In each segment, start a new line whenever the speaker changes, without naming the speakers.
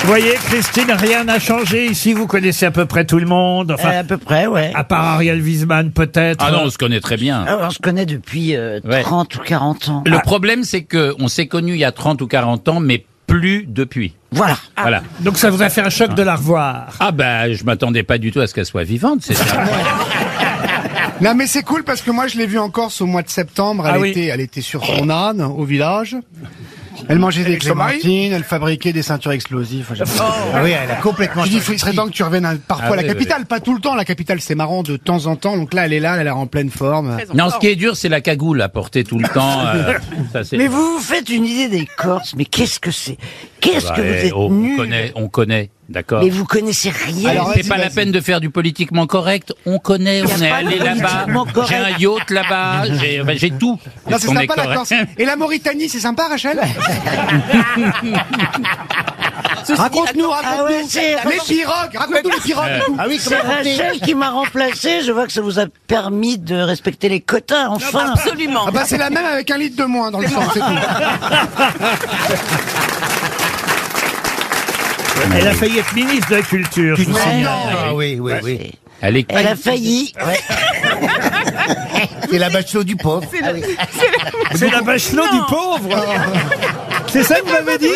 Vous voyez, Christine, rien n'a changé ici. Vous connaissez à peu près tout le monde. Enfin,
Euh, à peu près, ouais.
à part Ariel Wiesman, peut-être.
Ah non, on se connaît très bien.
Ah, on se connaît depuis euh,
Ouais.
30 ou 40 ans.
Le problème, c'est que on s'est connus il y a 30 ou 40 ans, mais plus depuis.
Voilà.
Voilà.
Donc ça vous a fait un choc de la revoir.
Ah ben, je m'attendais pas du tout à ce qu'elle soit vivante, c'est ça.
Non mais c'est cool parce que moi je l'ai vue en Corse au mois de septembre. Elle,
Ah oui.
était, elle était sur son âne au village. Elle mangeait des clémentines, elle fabriquait des ceintures explosives. Enfin, j'ai-
Ah oui, elle a complètement
Oh. Je dis, il serait temps que tu reviennes un- parfois
Ah
à la
oui,
capitale, pas tout le temps. La capitale, c'est marrant de temps en temps. Donc là, elle est là, elle est en pleine forme.
Non, ce qui est dur, c'est la cagoule à porter tout le temps. euh, ça, c'est-
Mais vous vous faites une idée des Corses, mais qu'est-ce que c'est Qu'est-ce
Bah,
que vous
eh,
êtes
oh, on
nuls.
connaît, on connaît, d'accord.
Mais vous connaissez rien.
Alors,
c'est
vas-y,
pas la
vas-y.
peine de faire du politiquement correct. On connaît, on
a
est
pas de
allé là-bas.
politiquement correct.
J'ai un yacht là-bas. J'ai ben, j'ai tout.
Non, c'est
On est
sympa la
correct.
Corse. Et la Mauritanie, c'est sympa, Rachel Raconte-nous,
Ah ouais,
raconte-nous.
c'est-
les pirogues, raconte-nous les pirogues.
Ah oui,
C'est Rachel qui m'a remplacé. Je vois que ça vous a permis de respecter les quotas, enfin.
Absolument.
Ah bah c'est la même avec un litre de moins dans le sang, c'est tout.
Elle a failli être ministre de la Culture. je vous
Ouais.
signale.
Ah oui, oui, oui.
Elle est
Elle a failli.
C'est la bachelot du pauvre. Ah
C'est la bachelot du pauvre. C'est ça que vous m'avez dit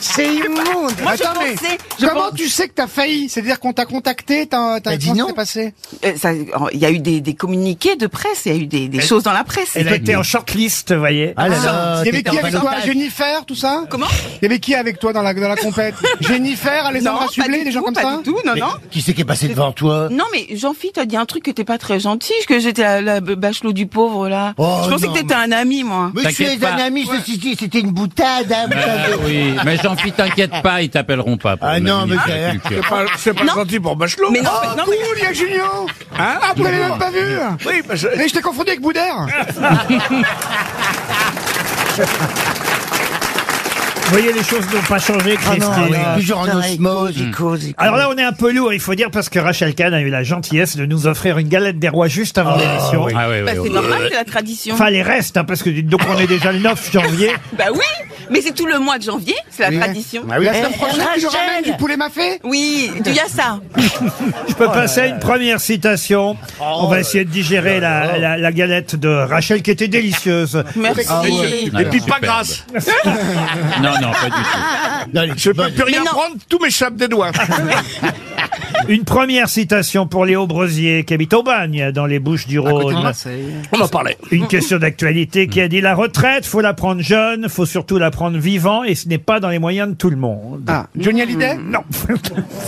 C'est immonde.
Attends, mais
pensais-
comment tu sais que t'as failli C'est-à-dire qu'on t'a contacté, t'as t'as
Elle dit
comment ça
non.
s'est passé
Euh, ça- Il y a eu des, des communiqués de presse, il y a eu des, des choses dans la presse.
Elle a été en shortlist, vous voyez.
Ah là là,
Il y avait
t'étais
qui
en
avec toi
balotage.
Jennifer, tout ça
Comment
Il y avait qui avec toi dans la, dans la compète Jennifer,
Non,
Alessandra
pas
Sublet,
du
des gens
tout,
comme
pas
ça
du tout, non,
Mais
non.
Qui c'est qui est passé devant toi
Non, mais Jean-Philippe, t'as dit un truc que t'es pas très gentil, que j'étais la, la bachelot du pauvre, là.
Oh,
Je pensais
non,
que t'étais un ami, moi.
Monsieur
T'inquiète
les un
pas.
ami, ceci dit, c'était une boutade. hein, vous savez.
Euh, oui, mais Jean-Philippe, t'inquiète pas, ils t'appelleront pas. pour
Ah
le
non,
ministre
mais
de la
c'est-
Culture.
C'est pas gentil pour Bachelot.
Mais non,
Oh,
mais- non,
cool, il y a Julien Ah, vous l'avez même pas vu
Oui, bah, je-
Mais je t'ai confondu avec Boudère
Vous voyez, les choses n'ont pas changé,
Ah
Christine.
non, oui, toujours en
Putain,
osmose.
Zico, Zico.
Alors là, on est un peu lourd, il faut dire, parce que Rachel Kahn a eu la gentillesse de nous offrir une galette des rois juste avant l'émission.
Ah oui, oui,
bah,
oui.
c'est normal, c'est la tradition.
Enfin, les restes, hein, parce que dites donc on est déjà le 9 janvier.
Bah oui, mais c'est tout le mois de janvier, c'est la tradition.
Ah oui, La semaine
Eh,
prochaine, tu nous
Rachel
ramènes du poulet mafé
Oui, il y a ça.
Je peux passer à une première citation. on va essayer de digérer la, la- la galette de Rachel, qui était délicieuse.
Merci.
Ah,
Et puis pas
superbe.
grâce.
Non, non, pas du tout.
Non, elle est
Je peux
bonne.
plus rien
non.
prendre, tout m'échappe des doigts.
Une première citation pour Léo Brosier, qui habite Aubagne, dans les Bouches du
Ah.
Rhône.
On en parlait.
Une question d'actualité qui a dit la retraite, faut la prendre jeune, faut surtout la prendre vivant, et ce n'est pas dans les moyens de tout le monde.
Ah, Johnny Hallyday
Non,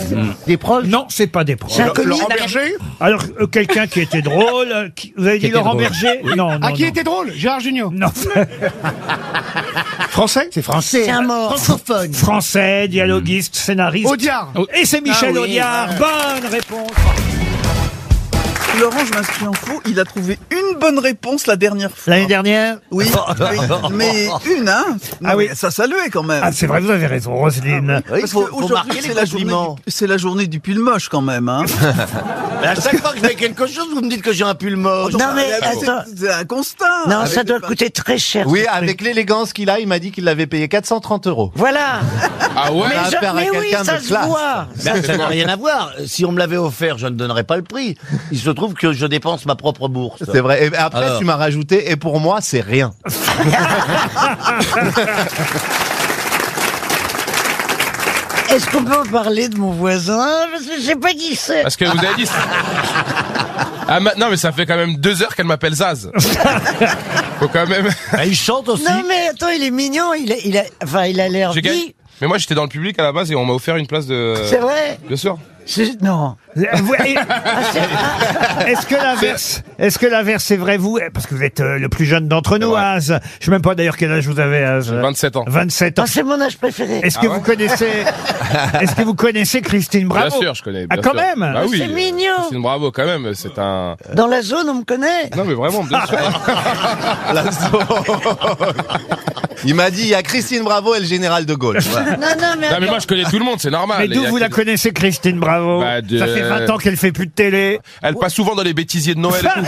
Des proches
non, c'est pas des
C'est
problèmes.
un connu.
Laurent Berger
Alors euh, quelqu'un qui était drôle, euh, qui- vous avez dit
était
Laurent
drôle.
Berger Non, non,
Ah, qui
non.
était drôle Gérard Junior
Non.
Français
C'est français.
C'est un
hein.
mort.
Francophone.
Français, dialoguiste, scénariste.
Audiard
Et c'est Michel
Ah oui.
Audiard. Bonne réponse.
Laurent, je m'inscris en faux. Il a trouvé une bonne réponse la dernière fois.
L'année dernière
Oui, mais, mais une, hein
Ah oui.
mais Ça saluait quand même.
Ah, c'est vrai, vous avez raison, Roselyne.
Ah,
Oui,
Parce
faut- faut marquer
qu'aujourd'hui,
les
c'est la, journée
compliments.
du- c'est la journée du pull moche quand même.
À
Hein.
chaque fois que je fais quelque chose, vous me dites que j'ai un pull mort.
Non, mais
C'est-
attends.
C'est un constat.
Non,
Avec
ça
des
doit
pa-
coûter très cher.
Oui, avec l'élégance qu'il a, il m'a dit qu'il l'avait payé 430 euros.
Voilà.
Ah ouais
Mais, je- mais oui, ça se voit.
Ben, ça n'a rien à voir. Si on me l'avait offert, je ne donnerais pas le prix. Il se trouve que je dépense ma propre bourse.
C'est vrai. Et après,
Alors.
tu m'as rajouté, et pour moi, c'est rien.
Est-ce qu'on peut en parler de mon voisin Parce que je sais pas qui c'est.
Parce que vous avez dit. Ah, ma- non, mais ça fait quand même deux heures qu'elle m'appelle Zaz. Faut quand même.
Ah, il chante aussi.
Non mais attends, il est mignon, il a, il a, enfin, il a l'air
J'ai gagné. Euh.
dit.
Mais moi, j'étais dans le public à la base et on m'a offert une place de.
C'est vrai
Bien sûr.
C'est- Non. Ah,
Vous- et- Est-ce que l'inverse, est-ce que l'inverse est vrai vous Parce que vous êtes euh, le plus jeune d'entre nous,
vrai.
Az. Je sais même pas d'ailleurs quel âge vous avez, Az.
27 ans.
27 ans.
Ah, c'est Ah. mon âge préféré.
Est-ce que
Ah ouais
vous connaissez, est-ce que vous connaissez Christine Bravo
bien sûr, je connais.
Ah,
bien
quand
sûr.
même
Bah oui.
C'est mignon.
C'est une bravo quand même. C'est un.
Dans la zone, on me connaît.
Non, mais vraiment, bien sûr.
La zone. Il m'a dit, il y a Christine Bravo et le général de Gaulle. Voilà.
Non, non, mais,
non, mais
attends.
moi, je connais tout le monde, c'est normal.
Mais
Il
d'où
y a
vous la
que-
connaissez, Christine Bravo
Bah, de-
Ça fait 20 ans qu'elle fait plus de télé.
Elle passe souvent dans les bêtisiers de Noël et tout.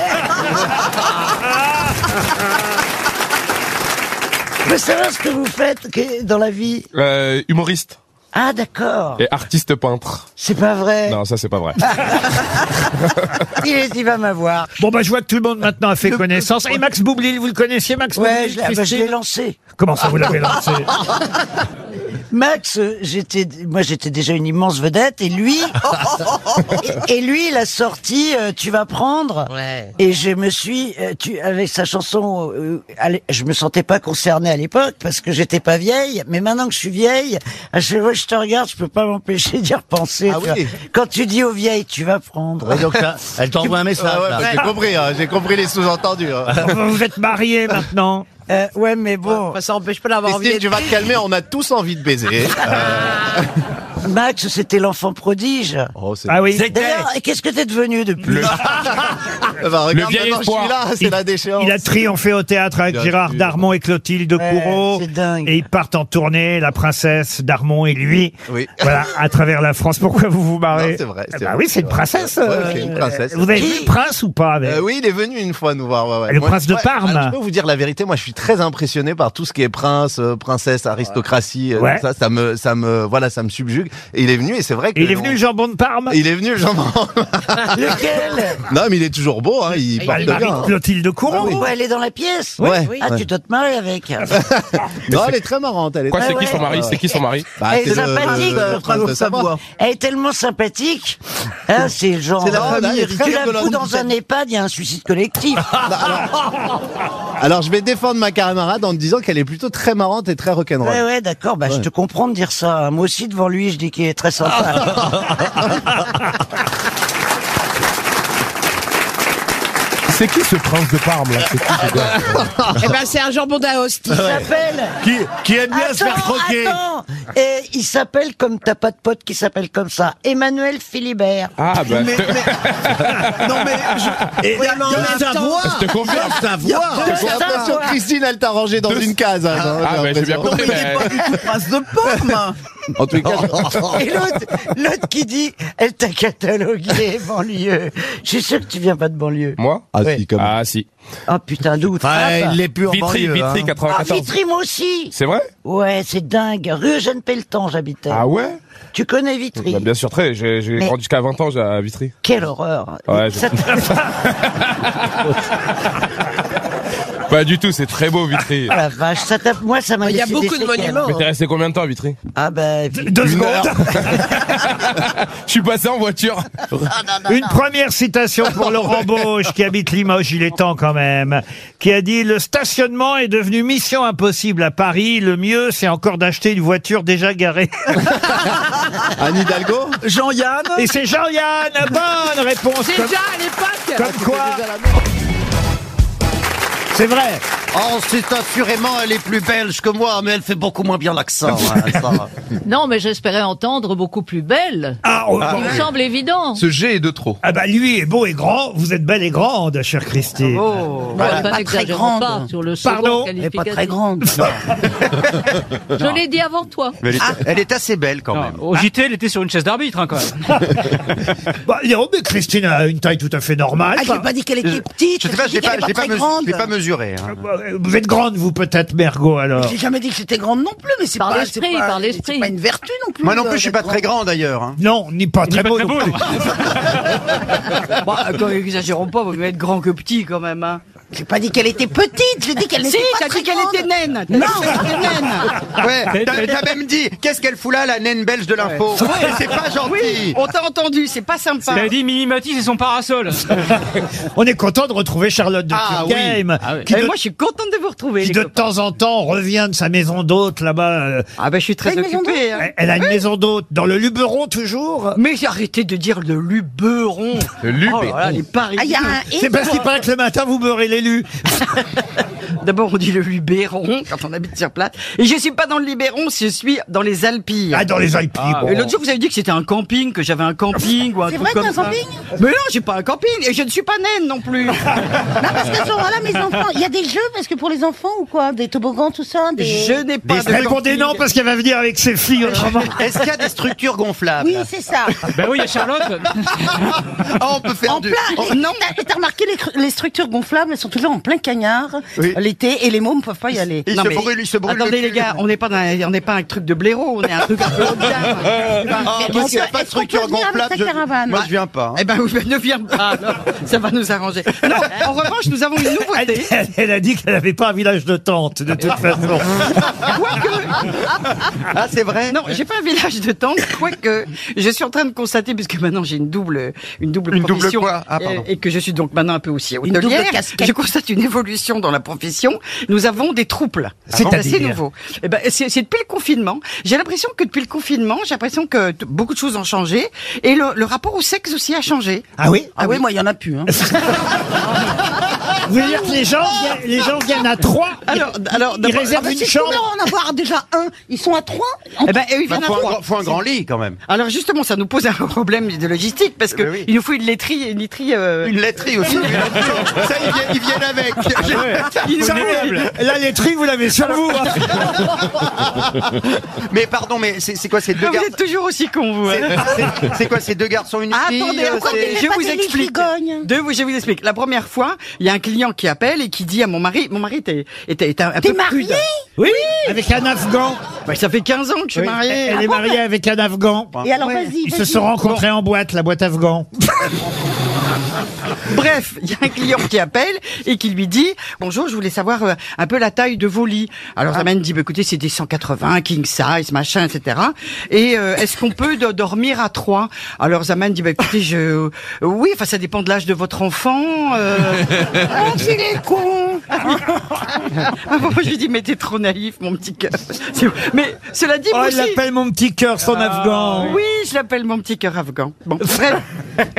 Je veux savoir ce que vous faites que- dans la vie.
Euh, humoriste.
Ah, d'accord.
Et artiste peintre.
C'est pas vrai.
Non, ça c'est pas vrai.
Il, est- il va m'avoir.
Bon, bah, je vois que tout le monde maintenant a fait connaissance. Et Max Boublil, vous le connaissiez, Max
Ouais,
Boublil
je l'ai ah, bah, je
Christine
l'ai lancé.
Comment ça, vous l'avez lancé
Max, euh, j'étais, moi j'étais déjà une immense vedette et lui, et, et lui il a sorti euh, Tu vas prendre.
Ouais.
Et je me suis, euh, tu, avec sa chanson, euh, allez, je me sentais pas concerné à l'époque parce que j'étais pas vieille. Mais maintenant que je suis vieille, à chaque fois que je te regarde, je peux pas m'empêcher d'y repenser.
Ah
tu vois.
oui.
Quand tu dis aux vieilles, tu vas prendre.
Ouais, donc, ça, elle t'envoie un message.
Ah ouais,
là.
J'ai compris, hein, j'ai compris les sous-entendus. hein.
Vous êtes mariés maintenant
Euh, ouais, mais bon,
Bah, ça empêche pas d'avoir envie
Christine, tu
d'être
vas te calmer, on a tous envie de baiser.
Max, c'était l'enfant prodige.
Oh, c'est-
Ah oui
D'ailleurs, qu'est-ce que t'es devenu depuis
Bah, regarde,
Le vieil
maintenant,
espoir.
Je suis là, c'est la déchéance.
Il a triomphé au théâtre avec
Bien
Gérard
sûr.
Darmon et Clotilde
Ouais,
Courreau.
c'est dingue.
Et ils partent en tournée, la princesse Darmon et lui.
Oui.
Voilà, à travers la France. Pourquoi vous vous marrez
Non, c'est vrai, c'est
Eh ben
vrai,
oui,
c'est
c'est une
vrai.
princesse.
Ouais,
euh,
c'est une princesse.
Vous avez
Qui
vu le prince ou pas avec
Euh, oui, il est venu une fois nous voir. ouais, ouais.
Le
Moi,
prince de
ouais,
Parme.
alors, je peux vous dire la vérité, moi je suis très impressionné par tout ce qui est prince, euh, princesse, aristocratie. euh,
Ouais.
Ça, ça me, ça me, voilà, ça me subjugue. Et il est venu et c'est vrai que.
Et il est
on-
venu le jambon de Parme
Il est venu, Jean.
Lequel
non, mais il est toujours beau. Hein, il porte
Elle
bien.
marie
hein.
Clotilde
Ah
Courreau.
Oh, elle est dans la pièce
Ouais.
Ah,
Ouais.
tu dois te marier avec.
Non, elle est très marrante. Elle est
Quoi,
très-
c'est qui son mari C'est qui son mari
Bah,
Elle est
c'est le-
sympathique,
le- le
euh,
prince de Savoie.
Elle est tellement sympathique. Hein, c'est le genre.
C'est la famille
tu
héritière
la
de la
fous dans un
Rousseau.
EHPAD, il y a un suicide collectif.
Alors, je vais défendre ma camarade en me disant qu'elle est plutôt très marrante et très rock'n'roll.
ouais, ouais, d'accord. Bah, je te comprends de dire ça. Moi aussi, devant lui, je dis qu'il est très sympa.
C'est qui ce prince de Parme là C'est qui ce gars
Eh ben, c'est un jambon d'Aoste.
Il s'appelle.
Qui, qui aime bien se
Attends,
faire croquer.
attends. Et il s'appelle comme t'as pas de pote qui s'appelle comme ça. Emmanuel Philibert.
Ah bah,
Mais,
je te-
mais- non mais je-
Et
mais en
de
même
sa
temps-
voix.
je te confirme.
De sa voix.
J'ai l'impression que Christine, elle t'a rangé dans une case. hein, j'ai
Ah, bah, j'ai bien
l'impression.
il
compris.
est
mais-
pas du tout prince de Parme.
En tout cas,
Et l'autre, l'autre qui dit, elle t'a catalogué, banlieue. Je suis sûr que tu viens pas de banlieue.
Moi
Ah, si, quand même.
Ah si.
Ah putain, d'où
Ouais, il est plus en
Vitry,
banlieue, hein.
Vitry
Ah,
94.
Vitry, moi aussi
C'est vrai
Ouais, c'est dingue. Rue Eugène Pelletan, j'habitais.
Ah ouais
Tu connais Vitry
Bah, Bien sûr, très. J'ai j'ai
Mais-
grandi jusqu'à 20 ans j'ai- à Vitry.
Quelle horreur
Ouais, je-
Ça te-
Pas du tout, c'est très beau Vitry.
Ah, la vache, ça tape. Moi, ça m'a
Il y a
laissé des
beaucoup de
séquelles.
monuments.
Mais t'es resté combien de temps à Vitry
Ah bah, Vitry.
Deux secondes.
Je suis passé en voiture.
Une première citation pour Laurent Bauche, qui habite Limoges, il est temps quand même, qui a dit « Le stationnement est devenu mission impossible à Paris. Le mieux, c'est encore d'acheter une voiture déjà garée.
Anne Hidalgo
Jean-Yann »
Et c'est Jean-Yann Bonne réponse Comme,
Déjà à l'époque.
comme quoi C'est vrai
Oh, c'est assurément, elle est plus belge que moi, mais elle fait beaucoup moins bien l'accent. hein, ça.
Non, mais j'espérais entendre beaucoup plus belle.
ah, oh,
Il me semble évident.
Ce G est de trop.
ah bah lui est beau et grand, vous êtes belle et grande, chère Christine.
Ah, Bon,
Voilà.
enfin,
Pas très
n'exagérons
grande.
Pas sur le
Pardon
second
Elle est pas très
qualificatif.
grande.
Je l'ai dit avant toi.
Mais elle, est, elle est assez belle quand même. Ah.
Au JT, elle était sur une chaise d'arbitre, hein, quand même.
Bah, il est oh, mais Christine a une taille tout à fait normale.
Ah, je l'ai pas dit qu'elle était petite.
Je sais pas, je l'ai
dit
pas,
qu'elle
je l'ai
est
pas,
pas très
mesu- je
grande.
l'ai pas mesuré. hein.
Bah, Vous êtes grande, vous peut-être, Mergot, alors.
J'ai jamais dit que c'était grande non plus, mais c'est
Par
pas,
l'esprit,
c'est pas-
par l'esprit.
c'est pas une vertu non plus.
Moi non plus,
euh,
je suis pas
d'être
très grand d'ailleurs. hein.
Non, ni pas très beau. non plus.
Bah, quand exagérons pas, vaut mieux être grand que petit quand même. Hein.
grande. J'ai pas dit qu'elle était petite, j'ai dit qu'elle
Si,
n'était pas
t'as
très
dit qu'elle
grande.
était naine. Non, était naine. Ah.
Ouais, t'as t'as même dit, qu'est-ce qu'elle fout là, la naine belge de l'info C'est pas gentil
On t'a entendu, c'est pas sympa.
Elle a dit Minimati, c'est son parasol.
On est content de retrouver Charlotte de
Ah,
Turckheim, qui,
Et
de,
Eh, moi, je suis contente de vous retrouver.
qui
les
de
copains.
temps en temps revient de sa maison d'hôte là-bas. euh,
Ah ben, je suis très
Une maison
occupée. hein.
elle- Elle a une maison d'hôte dans le Luberon toujours.
Mais arrêtez de dire le luberon.
Le Luberon.
Oh là là, les Parisiens.
Ah, il y a un
C'est parce qu'il paraît que le matin vous beurrez l'élu.
D'abord, on dit le luberon quand on habite sur place. Et je suis pas dans le Luberon, je suis dans les Alpilles.
Ah dans les Alpilles. bon.
Et l'autre jour, vous avez dit que c'était un camping, que j'avais un camping ou un
C'est
truc
vrai que
comme
t'as
ça.
un camping
Mais non, j'ai pas un camping et je ne suis pas naine non plus.
Non, parce que sont là mes enfants, il y a des jeux parce que pour les enfants ou quoi Des toboggans, tout ça des...
je Ah, n'ai pas de
Répondez
camping.
non parce qu'elle va venir avec ses filles autrement.
Est-ce qu'il y a des structures gonflables
Oui, c'est ça.
Ben oui, il y a Charlotte.
Ah, on peut faire
en
du...
plein. Non, t'as t'as remarqué les, cr- les structures gonflables, elles sont toujours en plein cagnard
Oui.
l'été et les mômes peuvent pas y aller.
Non, mais- Attendez, les gars, on n'est pas, dans un- on n'est pas un truc de blaireau, on est un truc un peu haut de gamme.
Ah,
Mais
moi,
qu'est-ce
s'il y a
que-
pas de
est-ce qu'on
truc
peut venir
urgonflable,
avec
je-
sa caravane
moi, je viens pas, hein.
Eh ben, oui, ne viens pas, alors, ça va nous arranger. Non, en revanche, nous avons une nouveauté.
Elle, elle a dit qu'elle n'avait pas un village de tente, de toute façon.
Ah, c'est vrai Non, j'ai pas un village de tentes, quoique je suis en train de constater, puisque maintenant j'ai une double, une double
Une double
profession,
quoi Ah,
euh,
pardon.
et que je suis donc maintenant un peu aussi hôtelière,
double casquette.
je constate une évolution dans la profession. Nous avons des troubles.
C'est-à-dire
assez nouveau. Eh ben, c'est c'est depuis le confinement. J'ai l'impression que depuis le confinement, j'ai l'impression que t- beaucoup de choses ont changé, et le, le rapport au sexe aussi a changé.
Ah oui
Ah oui, moi, il y en a plus.
Vous voulez dire que les gens, vi- les gens viennent à trois
Alors, ah, bah, alors,
Ils réservent une chambre
en avoir déjà un. Ils sont à trois.
Eh ben, eh oui, il y en a
Bah, faut, un
trois.
grand, faut un grand lit quand même. Eh ben
Alors justement, ça nous pose un problème de logistique parce que il nous faut une laiterie, une laiterie. euh, Une
laiterie aussi. Ça, ils viennent, ils viennent avec.
Ah
Ça, La laiterie, vous l'avez sur vous.
mais pardon, mais c'est c'est quoi ces deux
Ah, vous
garçons
êtes toujours aussi con, vous. hein. Ah,
C'est- C'est quoi ces deux garçons une fille
Attendez,
euh,
attendez,
c'est-
je vous explique. Deux, je vous explique. La première fois, il y a un client qui appelle et qui dit à mon mari, mon mari était, était, était un peu
marié
prude.
Oui, avec un Afghan.
Bah, ça fait 15 ans que je suis
Oui,
mariée.
Elle est mariée avec un Afghan.
Ah Et alors, Ouais. vas-y,
Ils se
vas-y.
sont rencontrés en boîte, la boîte Afghan.
Bref, il y a un client qui appelle et qui lui dit bonjour, je voulais savoir euh, un peu la taille de vos lits. Alors la man dit bah, écoutez, c'est des 180, king size, machin, etc. Et euh, est-ce qu'on peut do- dormir à trois Alors Zaman dit bah, écoutez, je oui, enfin ça dépend de l'âge de votre enfant. euh.
Oh, qu'il est con
Ah, bon, je lui dis mais t'es trop naïf, mon petit cœur. C'est- Mais cela dit,
Oh,
moi
elle
aussi-
l'appelle mon petit cœur, son
Ah.
Afghan.
oui, je l'appelle mon petit cœur afghan. Bon, bref.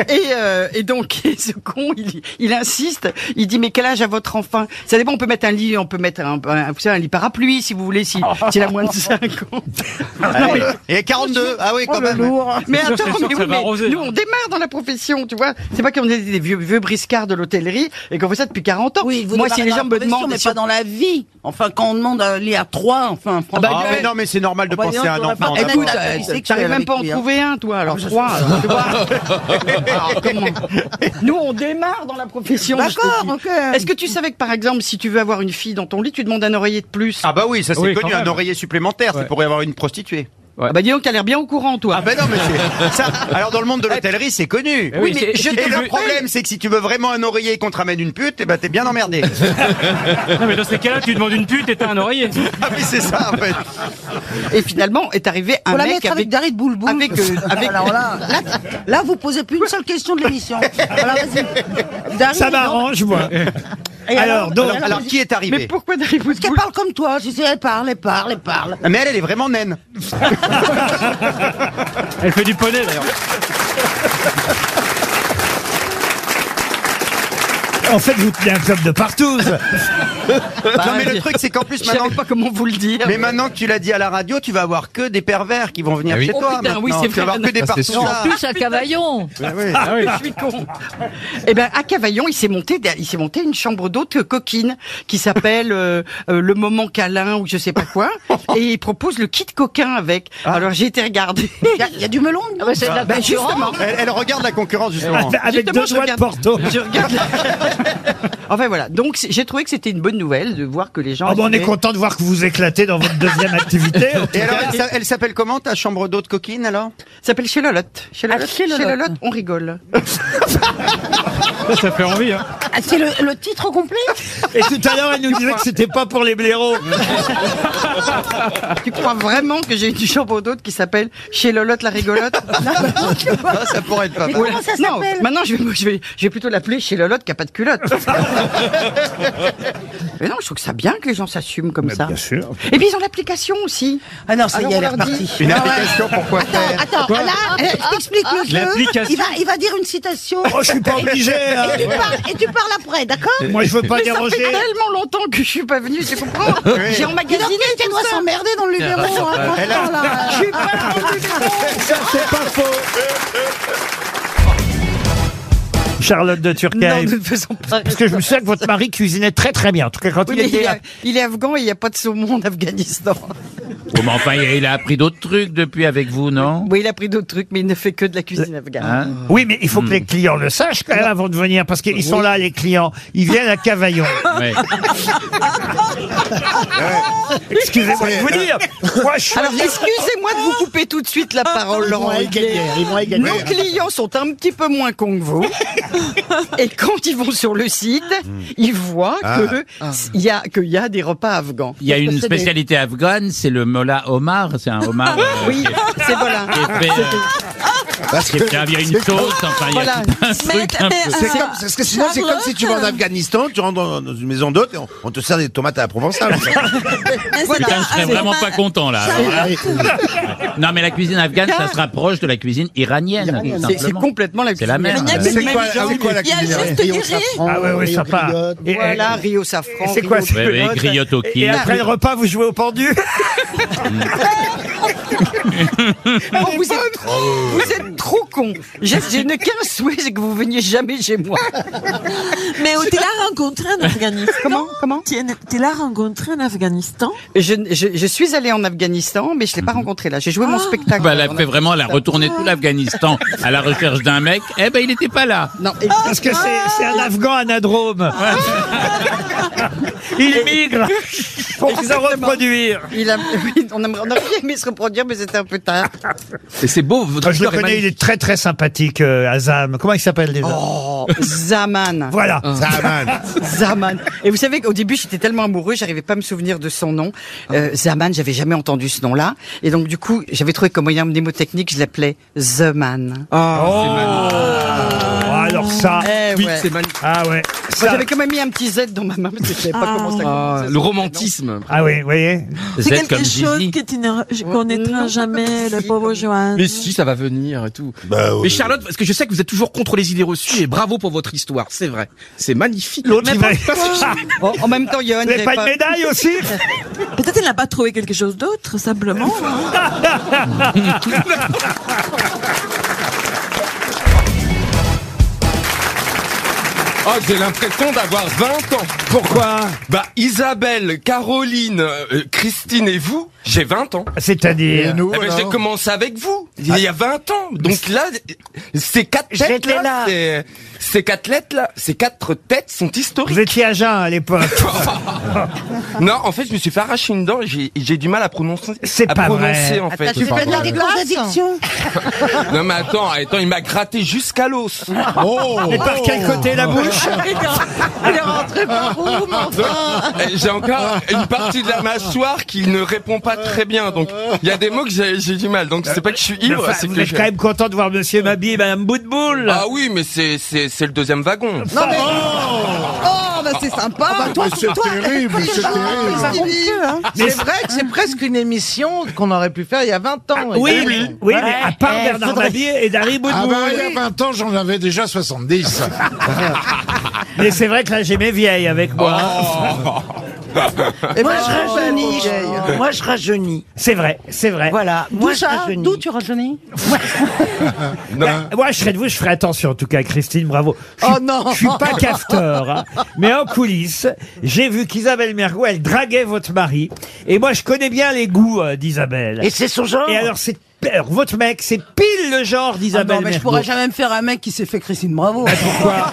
et, euh, et donc, et ce con, il, il insiste. Il dit, mais quel âge a votre enfant Ça dépend, on peut mettre un lit, on peut mettre un, un- vous savez, un lit parapluie, si vous voulez, si, s'il a moins de 5 ans.
Ah ouais. Et 42, ah
Oh
oui, quand même.
Mais attends,
Attention,
mais
ça
oui,
va
mais
arroser.
nous, on démarre dans la profession, tu vois. C'est pas qu'on est des vieux, vieux briscards de l'hôtellerie et qu'on fait ça depuis 40 ans.
vous
Moi,
démarrez
si les
dans
gens
la
me
profession,
demandent...
mais
si
pas
on-
dans la vie. Enfin, quand on demande un lit à trois, enfin,
Ah bah,
franchement.
Ah, mais non,
mais c'est normal de
Bah,
penser
dis donc,
à un
on va pas
enfant.
mettre
d'abord.
la taille
Écoute, euh,
sexuelle
t'arrives même
avec
pas à en
lui, hein.
trouver un, toi, alors trois, alors, tu vois. Alors, comment Nous, on démarre dans la profession. je te
D'accord,
dis.
ok.
Est-ce que tu savais que, par exemple, si tu veux avoir une fille dans ton lit, tu demandes un oreiller de plus
Ah bah oui, ça c'est
Oui,
connu,
quand
un
même.
oreiller supplémentaire, c'est pour y avoir une prostituée.
Ah Bah dis donc, t'as l'air bien au courant, toi.
Ah ben non, mais c'est- ça. Alors dans le monde de l'hôtellerie, c'est connu.
Eh oui, Oui, mais c'est- je Eh. si
et
tu
le
veux-
problème, c'est que si tu veux vraiment un oreiller et qu'on te ramène une pute, eh ben t'es bien emmerdé.
Non, mais dans ces cas-là, tu demandes une pute et t'as un oreiller.
ah mais c'est ça en fait.
Et finalement, est arrivé un
Faut la
mec
mettre avec
avec...
Darid Boulboul.
avec, euh, avec-
Oh,
Alors là, là, là, vous posez plus une seule question de l'émission. Alors vas-y. Darid,
Ça
non.
m'arrange, moi.
Et
Alors, donc,
Alors, alors, qui est arrivé
Mais pourquoi Darid Boulboul
Parce qu'elle parle comme toi. Je sais, elle parle, elle parle, elle parle.
Ah, Mais elle, elle est vraiment naine.
Elle fait du poney, d'ailleurs.
En fait, vous tenez un club de partout.
non mais le truc, c'est qu'en plus
Bah, Je savais
maintenant.
pas comment vous le dire.
Mais maintenant que tu l'as dit à la radio, tu vas avoir que des pervers qui vont venir
Ah oui.
chez
Oh,
toi.
putain, oui,
maintenant.
c'est
tu vas
vrai.
avoir que des
Ah, c'est sûr.
partenaires.
Plus à Cavaillon.
Ah, Je suis con. Eh ben, à Cavaillon, il s'est monté, il s'est monté une chambre d'hôte coquine qui s'appelle euh, euh, le moment câlin ou je sais pas quoi, et il propose le kit coquin avec. Alors j'ai été regarder.
Il y a- il y, a du melon.
Ah,
dedans.
bah,
c'est de la
Ben,
concurrence.
justement.
Elle, elle regarde la concurrence justement.
Avec
Justement,
deux
je
doigts de
regarde-
Porto.
Je regarde. enfin voilà. Donc c'est- j'ai trouvé que c'était une bonne nouvelle de voir que les gens.
Ah bon, on est
aimaient.
content de voir que vous éclatez dans votre deuxième activité. en tout
Et alors,
cas.
elle s'a- elle s'appelle comment ta chambre d'hôte coquine alors
Ça s'appelle chez Lolotte. Chez
Ah,
Lolotte,
chez Lolotte.
chez Lolotte, on rigole.
Ça, ça fait envie, hein.
Ah, C'est le, le titre complet
Et tout à l'heure, elle nous disait que c'était pas pour les blaireaux.
tu crois vraiment que j'ai une chambre d'hôte qui s'appelle chez Lolotte la rigolote
Ah, Ça pourrait être pas
Mais
mal.
comment ça
Non,
s'appelle
maintenant je vais, je vais, je vais plutôt l'appeler chez Lolotte qui a pas de culotte. Mais non, je trouve que c'est bien que les gens s'assument comme ça.
sûr.
Et puis ils ont l'application aussi.
Ah non, ça
Alors,
y est,
on
elle est
leur dit- Ah Eh,
repartie.
Une application pour quoi faire
Attends, attends, là, euh, je t'explique le jeu.
L'application.
Il va, il va dire une citation.
Oh, je suis pas obligé. hein.
Et tu parles, et tu parles après, d'accord
Moi, je veux pas
Mais ça fait
déroger.
tellement longtemps que je suis pas venue, tu comprends J'ai
Dis donc,
emmagasiné
tu
tout
dois
ça.
s'emmerder dans le numéro. hein,
Elle a-
franchement, là.
Je suis pas dans le bureau.
Ça, c'est pas faux. Charlotte de Turckheim.
Non, nous ne faisons pas.
Parce que je me souviens que votre mari cuisinait très très bien. En tout cas, quand
Oui,
il
mais
était.
il,
à-
est, il est afghan et il n'y a pas de saumon en Afghanistan.
Oh, mais enfin, il a- il a appris d'autres trucs depuis avec vous, non
Oui, il a pris d'autres trucs, mais il ne fait que de la cuisine afghane.
Hein Oui, mais il faut que les clients le sachent quand même avant de venir, parce qu'ils sont là, les clients. Ils viennent à Cavaillon. Excusez-moi de vous dire. Moi, je suis-
Alors, excusez-moi de vous couper tout de suite la parole, Laurent.
à Égalière,
Ruquier.
ils vont à Égalière.
Nos clients sont un petit peu moins cons que vous. Et quand ils vont sur le site, ils voient
Ah.
que il y a qu'il y a des repas afghans.
Il y a
Parce
une
que c'est des-
spécialité afghane, c'est le mola Omar. C'est un homard. euh,
Oui, c'est voilà.
qui est fait, euh, qui est fait avec une sauce, enfin, il y a
Voilà.
tout un
Mais-
euh,
truc un
mais,
peu-
C'est
euh,
comme, parce que sinon, c'est comme si tu vas en
Charlotte.
Afghanistan, tu rentres dans, dans une maison d'hôte et on, on te sert des tomates à la provençale.
Putain, je
Ah,
serais vraiment pas content là.
Ça,
Alors là.
oui.
Non, mais la cuisine afghane, ça se rapproche de la cuisine iranienne. tout
C'est- C'est
simplement.
complètement la
C'est la même.
cuisine.
Mais il y a
C'est
que
quoi-
même
ah oui,
genre.
quoi la
Il y a
cuisine
juste
iranienne
du riz.
Ah ouais, ouais, sympa. Et-
Voilà,
et-
Rio safran.
C'est quoi
Rio
c'est-
Ouais, ouais, griotte au
Et- Et
kiwi.
après le repas, vous jouez au pendu
Oh, vous, êtes trop, vous êtes trop con. J'ai j'ai ne qu'un souhait, c'est que vous veniez jamais chez moi.
Mais tu l'as rencontré en Afghanistan
Comment Comment
Tu en- tu l'as rencontré en Afghanistan
Je, je, je suis allée en Afghanistan, mais je l'ai pas rencontré là. J'ai joué mon spectacle.
Bah, elle a
en
fait vraiment, elle a retourné tout l'Afghanistan à la recherche d'un mec. Eh ben, il n'était pas là.
Non, et-
Parce que c'est c'est
ah.
un Afghan anadrome. Il migre pour se reproduire.
Il a, oui, on aimerait, on aurait bien aimé se reproduire, mais c'était un peu tard.
Et c'est beau, votre Ah, Je le
histoire est
connais, il
magnifique.
est très très sympathique, euh, Azam. Comment il s'appelle déjà
Oh, Zaman.
Voilà. Zaman.
Zaman. Et vous savez qu'au début, j'étais tellement amoureux, j'arrivais pas à me souvenir de son nom. Euh, Zaman, j'avais jamais entendu ce nom-là. Et donc, du coup, j'avais trouvé comme moyen mnémotechnique, je l'appelais The Man.
Ah, Oh, alors ça.
Eh
oui,
ouais.
c'est magnifique. Ah ouais. Ça.
Moi, J'avais quand même mis un petit Z dans ma main parce que je savais pas
Ah.
comment ça commençait.
le
romantisme. Ah oui, vous voyez
C'est quelque chose que tu ne je connaîtras jamais, le pauvre Johan.
Mais si, ça va venir et tout. Mais Charlotte, parce que je sais que vous êtes toujours contre les idées reçues et bravo pour votre histoire, c'est vrai. C'est magnifique.
L'autre, il va- Ah,
Oh, En- en même temps, Johan, il avait pas-
aussi
Peut-être il n'a pas trouvé quelque chose d'autre, simplement.
Oh, j'ai l'impression d'avoir 20 ans.
Pourquoi
Bah, Isabelle, Caroline, euh, Christine et vous, j'ai 20 ans.
C'est-à-dire Et nous,
Eh ben,
alors
J'ai commencé avec vous,
Ah.
il y a 20 ans. Donc là, ces quatre têtes
J'étais
là,
là.
Ces, ces quatre lettres là, ces quatre têtes sont historiques.
Vous étiez à Jeun à l'époque.
non, en fait, je me suis fait arracher une dent et j'ai- j'ai du mal à prononcer.
C'est
à
pas
prononcer,
vrai.
en fait.
Tu fais de la déclaration
Non mais attends, attends, il m'a gratté jusqu'à l'os. Oh.
Et par quel côté la bouche
Elle est rentrée par où, mon
Donc, euh, J'ai encore une partie de la mâchoire qui ne répond pas très bien. Donc, il y a des mots que j'ai j'ai du mal. Donc, c'est pas que je suis ivre,
Enfin,
c'est
vous
que
êtes
je...
quand même content de voir Monsieur Mabi et Madame Boutboul.
Ah oui, mais c'est c'est c'est le deuxième wagon.
Non, mais... Oh, bah c'est sympa
Ah,
mais c'est
terrible,
c'est terrible.
Ça compte plus, hein
Mais-
C'est vrai que c'est presque une émission qu'on aurait pu faire il y a 20 ans.
Ah Oui, oui,
Exactement.
oui, mais à part
Eh,
Bernard
faudrait-
Mabier et Dari
Ah
Boudboul.
bah, il y a 20 ans, j'en avais déjà 70.
Mais c'est vrai que là, j'ai mes vieilles avec moi.
Eh ben,
moi, je rajeunis. Moi, je rajeunis.
C'est vrai, c'est vrai.
Voilà. Moi,
D'où
je
ça
rajeunis.
D'où tu rajeunis
Bah, moi, je serais de vous, je ferais attention en tout cas, Christine, bravo. Je suis-
Oh non.
Je suis pas cafeteur, hein. mais en coulisses, j'ai vu qu'Isabelle Mergo, elle draguait votre mari. Et moi, je connais bien les goûts euh, d'Isabelle.
Et c'est son genre
Et alors, c'est alors, votre mec, c'est pile le genre d'Isabelle
Ah non, mais je
Mergo.
pourrais jamais me faire un mec qui s'est fait Christine Bravo.
Oh,
Pourquoi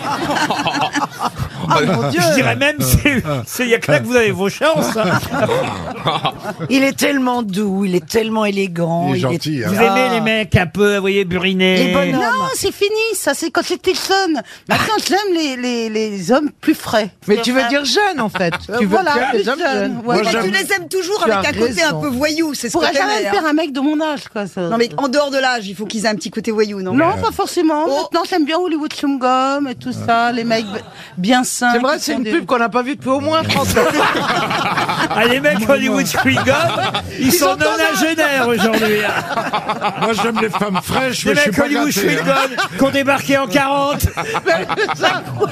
Ah, mon Dieu.
Je dirais même, c'est- c'est il y a que là que vous avez vos chances. hein.
Il est tellement doux, il est tellement élégant.
Il est hein.
gentil,
Vous
Ah.
aimez les mecs un peu, vous voyez, burinés.
Les bonhommes.
Non, c'est fini, ça c'est quand j'étais jeune. Maintenant j'aime les, les, les hommes plus frais.
Mais tu veux dire jeune en fait.
Euh,
tu veux
voilà,
dire
plus
les hommes
jeune.
jeunes.
Bah,
Ouais. Moi,
Mais tu
j'aime-
les aimes
Tu
toujours avec
as
un côté un
raison.
peu voyou, c'est
Je
ce que
pourrais jamais
t'aimais.
me
hein.
faire un mec de mon âge, quoi. Ça.
Non mais en dehors de l'âge, il faut qu'ils aient un petit côté voyou, non
Euh,
Non, pas forcément.
oh.
Maintenant, j'aime bien Hollywood Chum Gum et tout ça, les mecs b- bien sains.
C'est vrai, c'est une pub qu'on n'a pas vue depuis au moins 30 ans.
Ah, les mecs Hollywood Chewing Gum, ils,
Ils
sont
ont
non nagénaires aujourd'hui. hein.
Moi, j'aime les femmes fraîches,
Les
mais je suis
mecs
pas
Hollywood
gâté.
Chewing
hein.
Gum qui ont débarqué en 40.
Oh.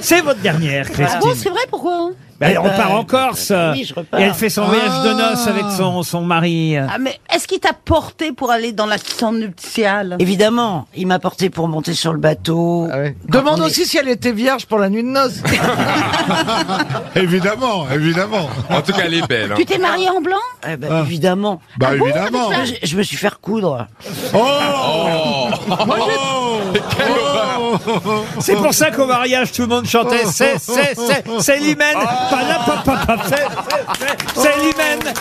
C'est votre dernière,
Ah bon, c'est
Christine.
Ah vrai, pourquoi hein
Mais elle
Eh ben,
repart en Corse.
oui, je repars.
Et elle fait son voyage de noces
Ah.
avec son, son mari.
Ah, mais est-ce qu'il t'a porté pour aller dans la chambre nuptiale
Évidemment, il m'a porté pour monter sur le bateau.
Ah
Demande
Quand on est-
aussi si elle était vierge pour la nuit de noces.
Évidemment, évidemment.
En tout cas, elle est belle. hein.
Tu t'es marié en blanc
Eh ben, évidemment.
Bah, Ah bon, évidemment.
Je, je me suis fait recoudre.
Oh,
C'est pour ça qu'au mariage, tout le monde chantait C'est, c'est, c'est, c'est l'hymen.
Oh.
Pas là, pas, pas, pas, c'est, c'est, c'est, c'est l'hymen.